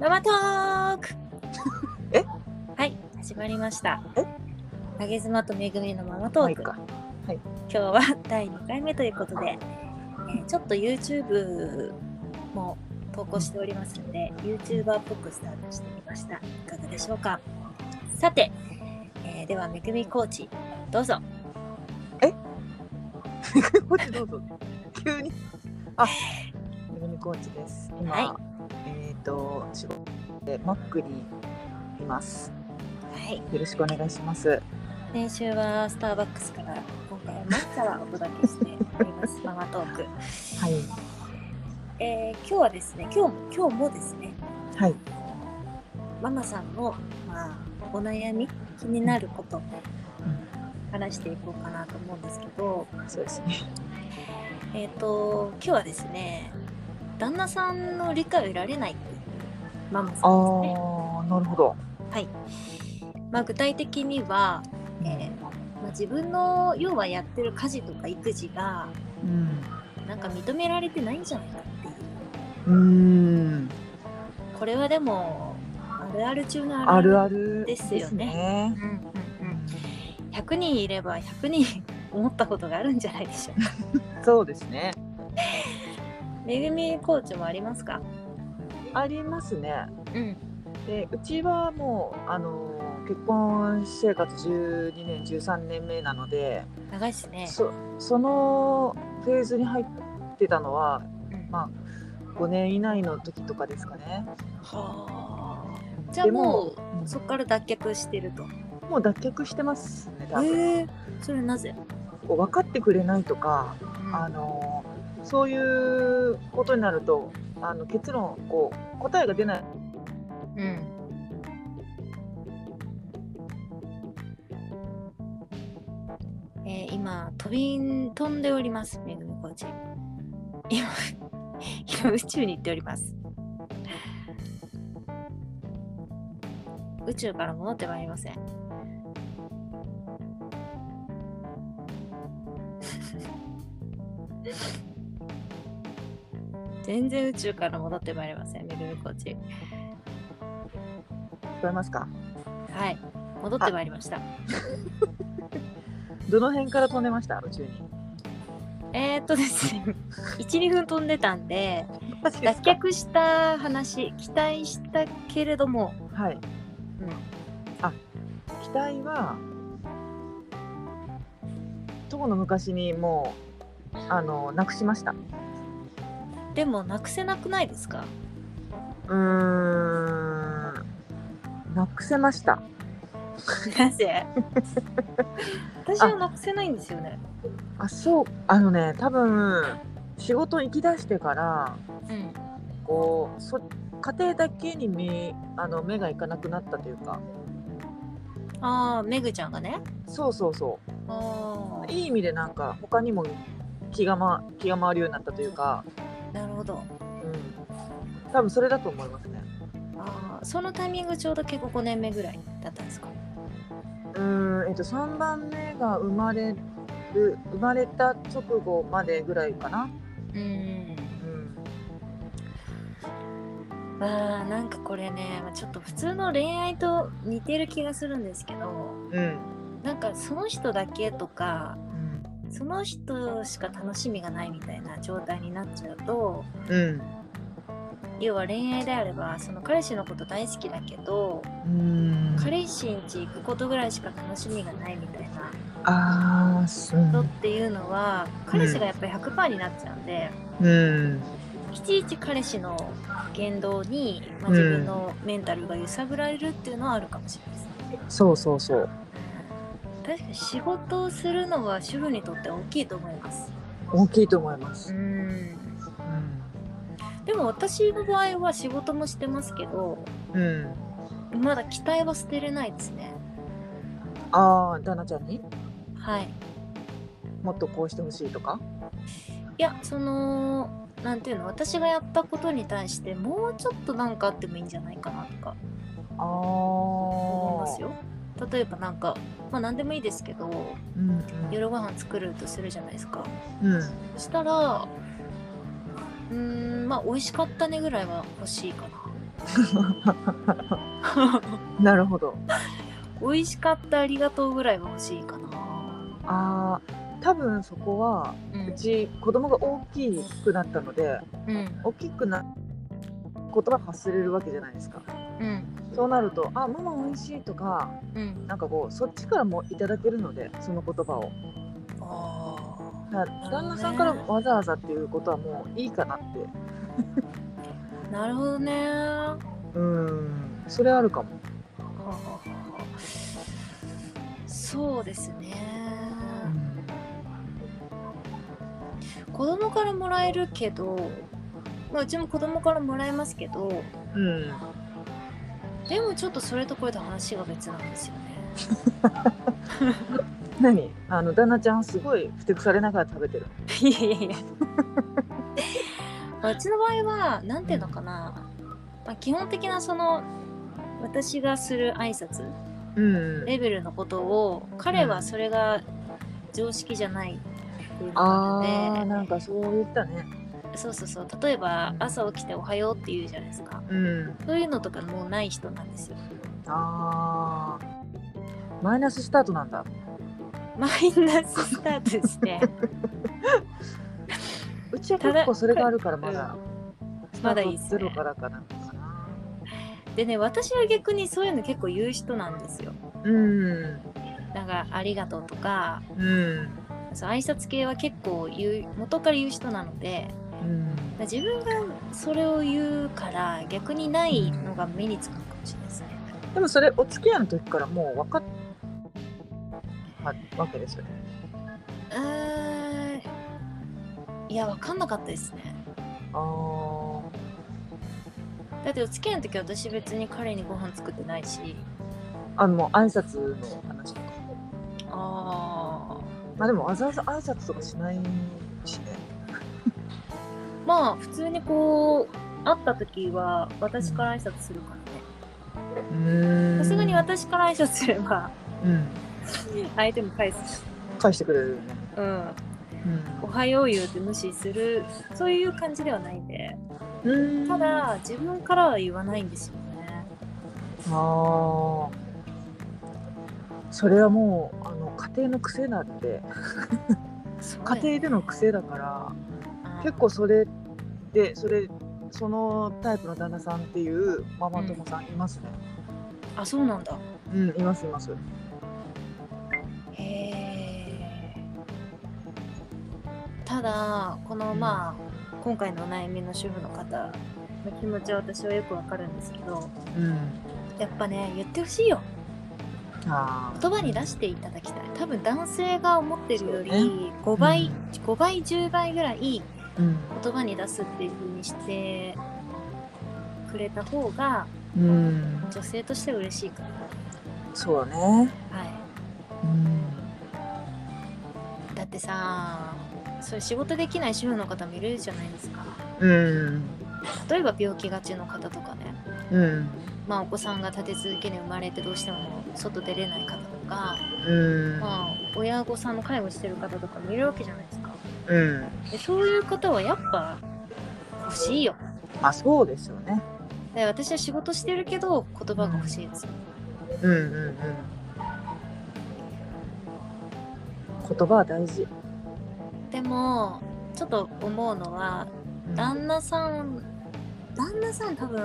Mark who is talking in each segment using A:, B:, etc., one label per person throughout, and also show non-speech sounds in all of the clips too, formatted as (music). A: 生トーク
B: え
A: はい始まりました
B: え
A: あげ妻とめぐみのママトーク、
B: か
A: 今日は第2回目ということで、えーちょっと YouTube も投稿しておりますので YouTuber っぽくスタートしてみましたいかがでしょうかさて、えーではめぐみコーチどうぞ
B: (laughs) こっちどうぞ。急に。あ、めぐみコーチです。今、
A: は
B: えっ、と仕事でマックにいます。
A: はい
B: よろしくお願いします。
A: 先週はスターバックスから今回はマッカはお届けしておりますママトーク
B: はい。
A: えー今日はですね今日今日もですね
B: はい。
A: ママさんの、まあ、お悩み気になること話していこうかなと思うんですけど、
B: そうですね。
A: えっと今日はですね旦那さんの理解を得られないっていうママさん
B: あ
A: ですね。
B: (laughs) あ、なるほど。
A: はいまあ、具体的には、えーまあ、自分の要はやってる家事とか育児が
B: うん。
A: なんか認められてないんじゃないかっていう
B: うーん。
A: これはでもあるある中の
B: あるある
A: ですよね
B: ね。
A: うんうんうん100人いれば100人思ったことがあるんじゃないでしょうか。
B: そうですね。
A: めぐみコーチもありますか？
B: ありますね。
A: うん。
B: で、うちはもうあの結婚生活12年13年目なので。
A: 長いですね。
B: そそのフェーズに入ってたのは
A: うん
B: まあ5年以内の時とかですかね
A: はあ。じゃあも
B: で
A: うそこから脱却してると。
B: うんもう脱却してますね多分、
A: ええそれなぜ？
B: こう分かってくれないとか、
A: うん
B: あのそういうことになるとあの結論こう答えが出ない
A: うん。えー、今飛びん飛んでおりますめぐみコーチ。今 (laughs) 今宇宙に行っております。宇宙から戻ってまいりません。全然宇宙から戻ってまいりません、めぐみコーチ。
B: 聞こえますか
A: はい、戻ってまいりました。
B: どの辺から飛んでました宇宙に
A: えー、っとです (laughs) ね、1、2分飛んでたんで、
B: マジです
A: 脱
B: か
A: 却した話、期待したけれども、
B: はい、
A: うん
B: あ期待はとこの昔にもうあのなくしました
A: でもなくせなくないですか
B: うーんなくせました
A: な (laughs) ぜ私はなくせないんですよね。
B: あそうあのね多分仕事行きだしてから
A: うん。
B: こうそ家庭だけに目あの目がいかなくなったというか
A: ああ、めぐちゃんがね。
B: そうそうそう
A: あ
B: いい意味でなんか他にも気が,、ま、気が回るようになったというか、
A: あ、なるほど。
B: うん、多分それだと思いますね
A: ああ、そのタイミングちょうど結構5年目ぐらいだったんですか。
B: うーんえっと3番目が生まれる生まれた直後までぐらいかな、
A: うん。
B: うん、
A: ああ、なんかこれね、まあちょっと普通の恋愛と似てる気がするんですけど、
B: うん、
A: なんかその人だけとか
B: うん
A: その人しか楽しみがないみたいな状態になっちゃうと
B: うん
A: 要は恋愛であればその彼氏のこと大好きだけど
B: うん
A: 彼氏ん家行くことぐらいしか楽しみがないみたいな
B: ああそ
A: 人っ
B: う
A: ていうのは彼氏がやっぱり100%になっちゃうんで、
B: うん
A: いちいち彼氏の言動に、まあ、
B: うん
A: 自分のメンタルが揺さぶられるっていうのはあるかもしれないですね。
B: そうそうそう
A: うん確かに仕事をするのは主婦にとって大きいと思います。
B: 大きいと思います、
A: ん
B: う
A: でも私の場合は仕事もしてますけど
B: んうん、
A: まだ期待は捨てれないですね
B: ああ旦那ちゃんに
A: はい
B: もっとこうしてほしいとか
A: いやそのなんていうの私がやったことに対してもうちょっとなんかあってもいいんじゃないかなとか
B: ああ
A: 思い
B: 思
A: ますよ例えばなんかまあ何でもいいですけど
B: うん
A: 夜ご飯作るとするじゃないですか
B: うん、 (laughs) うん、
A: そしたらうーんまあ美味しかったねぐらいは欲しいかな
B: なるほど。
A: (laughs) 美味しかったありがとうぐらいは欲しいかな。
B: ああ、多分そこは
A: う。
B: うんち子供が大きくなったので、
A: うん。
B: 大きくな言葉発せれるわけじゃないですか。
A: うん。
B: そうなると、あ、ママ美味しいとか、
A: うん。
B: なんかこうそっちからもいただけるので、その言葉を。
A: ああ。
B: だから旦那さんからわざわざっていうことはもういいかなって。
A: なるほどね。
B: うん、それあるかも。
A: そうですね。子供からもらえるけど、まあ、うちも子供からもらえますけど、
B: うん。
A: でもちょっとそれとこれと話が別なんですよね。
B: 何あの旦那ちゃんすごいふてくされながら食べてる
A: いやいやいや。まあ (laughs) うちの場合は、なんていうのかな。まあ、基本的なその、私がする挨拶
B: うん
A: レベルのことを、彼はそれが常識じゃないっていうのが
B: あ
A: ある
B: ー
A: の
B: なんかそう言ったね
A: で、そうそうそう。例えば、朝起きておはようって言うじゃないですか。
B: うん
A: そういうのとかもうない人なんですよ。
B: あーマイナススタートなんだ
A: マイナススタートですね。
B: うちは
A: ただ
B: 結構それがあるからまだ
A: まだいいです
B: ゼロ
A: ね。
B: からかなんかかな
A: でね、私は逆にそういうの結構言う人なんですよ。
B: うん
A: なんか、ありがとうとか、
B: うん
A: そう挨拶系は結構言う元から言う人なので
B: うん
A: 自分がそれを言うから逆にないのが目につくのかもしれないですね。
B: でもそれお付き合いの時からもう分かっはわけですよね
A: えーいや分かんなかったですね。
B: あー
A: だってお付き合いの時は私別に彼にご飯作ってないし
B: あのもう挨拶の話とか
A: あ
B: まあでもわざわざ挨拶とかしないしね
A: ーまあ普通にこう会った時は私から挨拶するからね。
B: うん
A: さすがに私から挨拶すれば
B: うん
A: 相手も返すし。
B: 返してくれるよね。
A: うんお
B: う
A: はよう言うて無視するそういう感じではないんで
B: ん
A: た、だ自分からは言わないんですよね
B: あーそれはもうあの家庭の癖だって家庭での癖だから結構それでそれそのタイプの旦那さんっていうママ友さんいますね。
A: あそうなんだ
B: うん、いますいます。
A: へえただこの
B: うん
A: まあ今回のお悩みの主婦の方の気持ちは私はよくわかるんですけど
B: うん、
A: やっぱね言ってほしいよ
B: あー
A: 言葉に出していただきたい多分男性が思ってるより
B: そうね
A: 5倍、
B: うん
A: 5倍10倍ぐらい
B: うん
A: 言葉に出すっていう風にしてくれた方が
B: うん、
A: 女性としては嬉しいか
B: そうだね。
A: ら、はい、
B: うん、
A: だってさそういう仕事できない主婦の方もいるじゃないですか
B: うん、
A: 例えば病気がちの方とかね、
B: うん、
A: まあ、お子さんが立て続けに生まれてどうしても外出れない方とか、
B: うん、
A: まあ、親御さんの介護してる方とかもいるわけじゃないですか
B: うん、
A: でそういう方はやっぱ欲しいよ
B: まあそうですよね。
A: で私は仕事してるけど言葉が欲しいです
B: うんうんうん。言葉は大事。
A: でもちょっと思うのは旦那さん旦那さん多分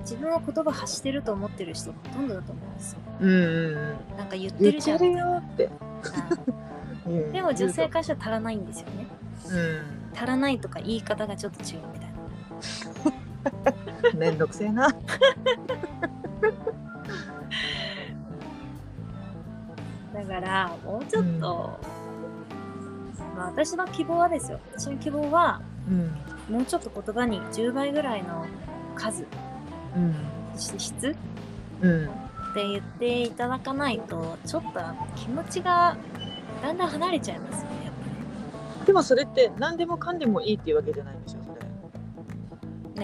A: 自分は言葉発してると思ってる人がほとんどだと思うんですよ
B: うんうんうん。
A: なんか言って
B: 言
A: る
B: っ
A: じゃ
B: て
A: ん
B: るよって。
A: うんでも女性からしたら足らないんですよね
B: うん。
A: 足らないとか言い方がちょっと違うみたいな
B: めんどくせえな。
A: だからもうちょっと、まあ私の希望はですよ私の希望は
B: うん。
A: もうちょっと言葉に10倍ぐらいの数
B: うん。
A: し質って
B: うん。
A: 言っていただかないとちょっと気持ちがだんだん離れちゃいますよねやっぱね
B: でもそれって何でもかんでもいいっていうわけじゃないんでしょそれ。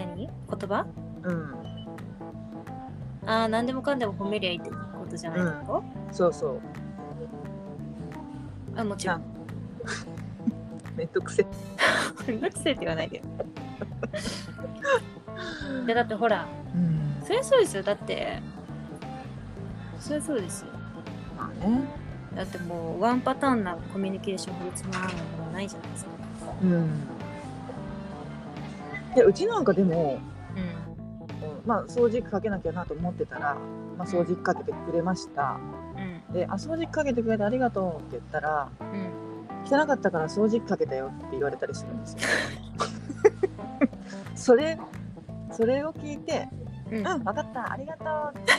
A: 何言葉
B: うん。
A: ああ何でもかんでも褒めりゃいいってことじゃないってこ
B: そうそう。
A: と、あもちろ
B: なんめんどくせえ。
A: (laughs) めんどくせえって言わないででだってほら
B: うん。
A: そりゃそうですよだってそりゃそうですよ
B: まあね
A: だってもうワンパターンなコミュニケーション法律もあるのものはないじゃないですか
B: うんでうちなんかでも、
A: うん
B: うんまあ、掃除機かけなきゃなと思ってたら、まあ、掃除機かけてくれました
A: うん
B: で「あ掃除機かけてくれてありがとう」って言ったら
A: うん
B: 「汚かったから掃除機かけたよ」って言われたりするんですよそれそれを聞いて
A: う
B: 「
A: ん
B: うん分かったありがとう」って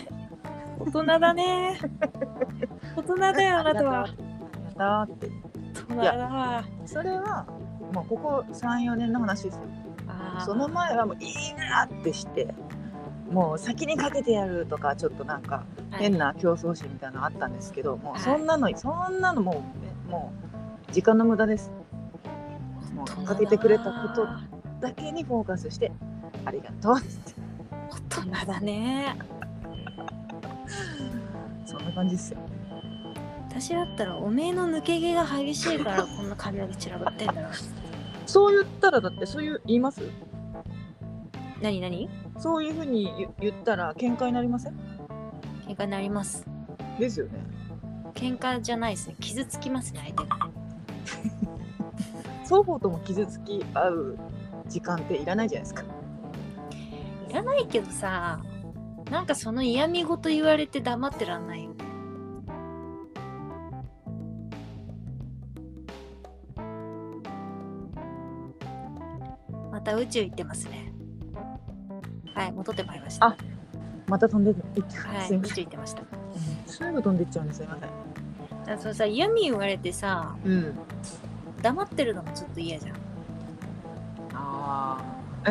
A: 大人だね大人だよあなたは
B: 「ありがとう」って
A: 大人だわ
B: それはもうここ34年の話ですよ
A: あー
B: その前はもういいなってしてもう先にかけてやるとかちょっとなんか変な競争心みたいなのあったんですけど、もうそんなのそんなのもうもう時間の無駄ですもうかけてくれたことだけにフォーカスしてありがとうって
A: と大人だね
B: そんな感じですよ
A: 私だったらおめえの抜け毛が激しいからこんな髪の毛散らばってんだろ
B: そう言ったらだってそういう言います
A: 何何
B: そういうふうに言言ったら喧嘩になりません
A: 喧嘩になります
B: ですよね
A: 喧嘩じゃないですね傷つきますね相手が
B: 双方とも傷つき合う時間っていらないじゃないですか
A: いらないけどさなんかその嫌味事言われて黙ってらんないよまた宇宙行ってますねはい戻ってまいりました
B: あまた飛んでいってます、
A: はい
B: すい
A: 宇
B: ません
A: 宙行ってましただ
B: すぐ飛んでいっちゃうんですすいません
A: からそのさ嫌味言われてさ
B: うん
A: 黙ってるのもちょっと嫌じゃん
B: ああ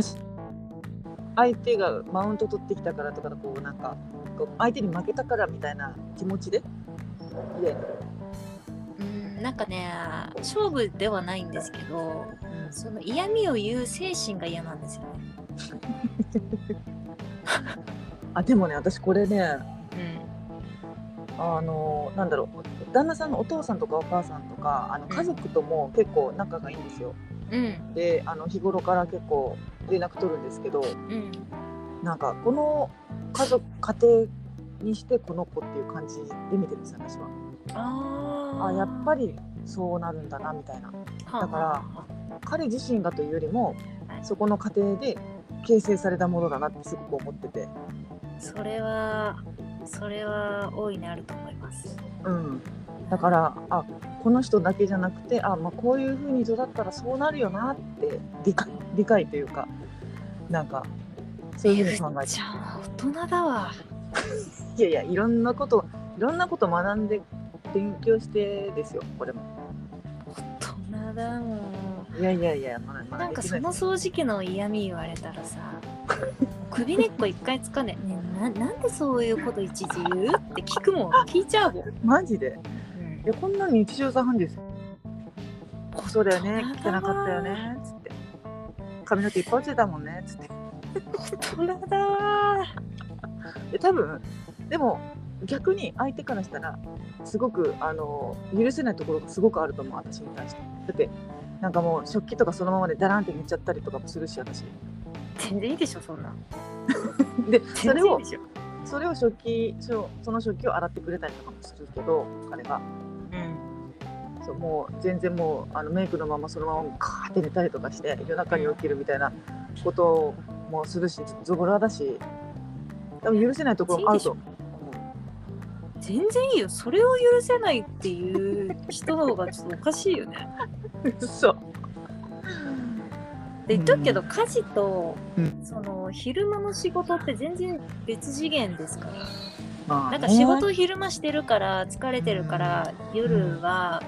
B: 相手がマウント取ってきたからとかこうなんかこう相手に負けたからみたいな気持ちでいや
A: うんなんかね勝負ではないんですけどその嫌味を言う精神が嫌なんですよね
B: あでもね私これね
A: うん
B: あのなんだろう旦那さんのお父さんとかお母さんとかあの家族とも結構仲がいいんですよ、
A: うん
B: であの日頃から結構連絡取るんですけど
A: うん
B: なんかこの家族家庭にしてこの子っていう感じで見てるんですよ私は
A: あ
B: あやっぱ
A: り
B: りそうなるんだなみたいな
A: だ
B: だから彼自身がというよりもそこの家庭で形成されたものだなってすごく思ってて、
A: それはそれは大いにあると思います
B: うん、だからあこの人だけじゃなくてあ、まあ、こういうふうに育ったらそうなるよなって理解理解というかなんかそういうふうに考
A: めぐ
B: え
A: ちゃんは大人だわ (laughs)
B: ていやいやいろんなこといろんなこと学んで勉強してですよこれも
A: 大人だもん
B: いやいやいや、まあまあ、
A: なんか
B: でき
A: そ
B: い
A: の掃除機の嫌味言われたら
B: (laughs)
A: さ首根っこ一回つかねねななんでそういうこといちいち言うって聞くもん聞いちゃうもん、
B: マジで
A: うん
B: いやこんなの日常茶飯事ですよそうだよね
A: 大人
B: 汚
A: だわ
B: かったよねつって髪の毛いっぱい落ちてたもんねつって
A: 大人だわ
B: で多分でも逆に相手からしたらすごくあの許せないところがすごくあると思う私に対してだってなんかもう食器とかそのままでダランって寝ちゃったりとかもするし私
A: 全然いいでしょそんな
B: でそ
A: 全
B: れ
A: 然いい
B: を
A: でしょ、
B: それを食器そその食器を洗ってくれたりとかもするけど彼が
A: うん、
B: そうもう全然もうあのメイクのままそのままカーって寝たりとかして夜中に起きるみたいなこともするしずずぼらだし多分許せないところもあると思
A: 全然いいよそれを許せないっていう人の方がちょっとおかしいよね
B: う。そう
A: で言っとくけど、家事と、
B: うん
A: その昼間の仕事って全然別次元ですから、
B: まあ
A: な
B: ね
A: んか仕事を昼間してるから疲れてるから、夜は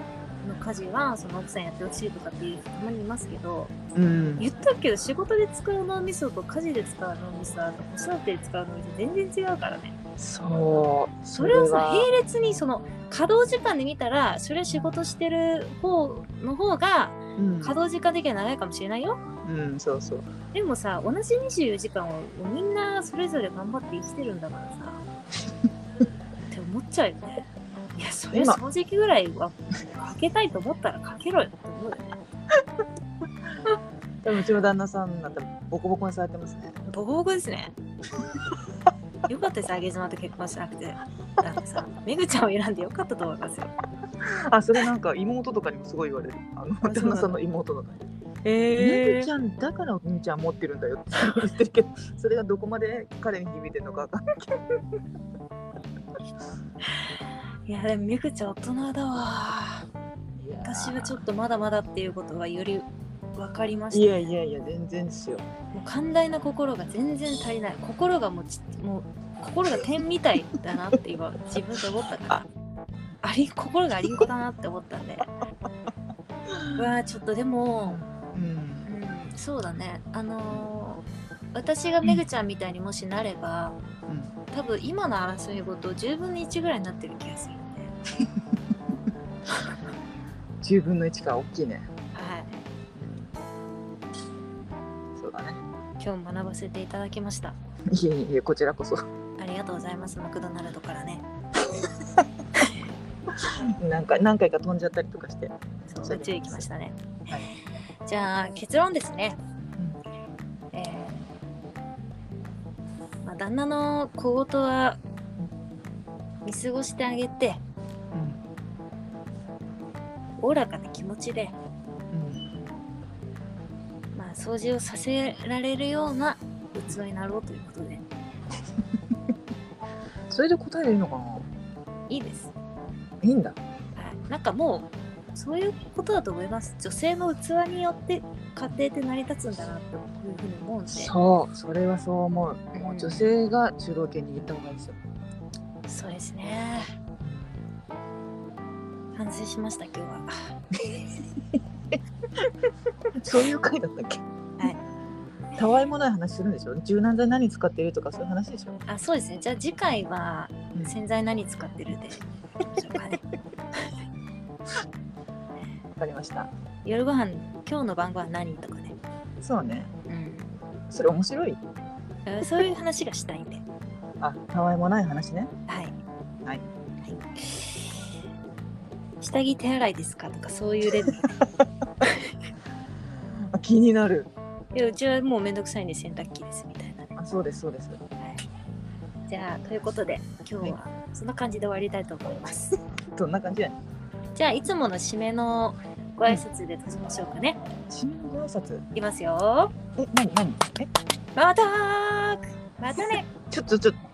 A: の家事はその奥さんやってほしいとかっていう人たまにいますけど
B: うん
A: 言っとくけど仕事で使う脳みそと家事で使う脳みそあと子育てで使う脳みそ全然違うからね
B: そう
A: それをさ
B: は
A: 並列にその稼働時間で見たらそれは仕事してる方の方が
B: うん
A: 稼働時間的には長いかもしれないよ
B: うんそうそう
A: でもさ同じ24時間をみんなそれぞれ頑張って生きてるんだからさって思っちゃうよねいやそれ
B: 今
A: 掃除機ぐらいはかけたいと思ったらかけろよって思うよ
B: 多分うちの旦那さんだったらボコボコにされてますね
A: ボコボコですね (laughs) よかったです、あげ妻と結婚しなくて。だってさ、めぐちゃんを選んでよかったと思いますよ。
B: あそれなんか妹とかにもすごい言われるあの
A: あそうなの
B: 旦那さんの妹とかに「
A: え
B: めぐちゃんだからお兄ちゃん持ってるんだよ」って言ってるけどそれがどこまで彼に響いてるのかわかんない
A: いや、でもめぐちゃん大人だわ。私はちょっとまだまだっていうことがより分かりました。
B: いやいやいや全然ですよ
A: もう寛大な心が全然足りない心がもうちもう心が点みたいだなって今自分で思ったからあり心がありんこだなって思ったんでうわーちょっとでも、
B: うん
A: うん、そうだねあのー私がめぐちゃんみたいにもしなれば、
B: うん
A: 多分今の争い事10分の1ぐらいになってる気がするね
B: 10分の1か大きいね
A: はい
B: そうだね
A: 今日学ばせていただきました
B: いえいえこちらこそ
A: ありがとうございますマクドナルドからね
B: なんか何回か飛んじゃったりとかして
A: そう宇宙行きましたね、
B: はい
A: じゃあ結論ですね、えーまあ、旦那の小言は見過ごしてあげて
B: うん
A: おおらかな気持ちで、
B: うん
A: まあ、掃除をさせられるような器になろうということで
B: それで答えれるのかない
A: いです、
B: いいんだ
A: はい、なんかもうそういうことだと思います女性の器によって家庭って成り立つんだなというふうに思うんで
B: そうそれはそう思うもう女性が主導権握った方がいいですよ
A: そうですね反省しました今日は。
B: そういう回だったっけ
A: はい
B: たわいもない話するんでしょ柔軟剤何使ってるとかそういう話でしょ、
A: あそうですねじゃあ次回は
B: うん
A: 洗剤何使ってるでしょうかね
B: わかりました
A: 夜ご飯今日の晩ご飯何とかね、
B: そうね
A: うん
B: それ面白い
A: えー、そういう話がしたいんで
B: あたわいもない話ね
A: はい
B: はい
A: 下着手洗いですかとかそういうレベル
B: あ気になる
A: いやうちはもうめんどくさいんで洗濯機ですみたいなね、
B: あそうですそうです
A: はい、じゃあということで今日はそんな感じで終わりたいと思います、
B: どんな感じやね
A: じゃあいつもの締めのご挨拶でとしましょうかね、
B: 締めのご挨拶
A: いきますよ
B: え何何え
A: またーくまたね
B: ちょっとちょっと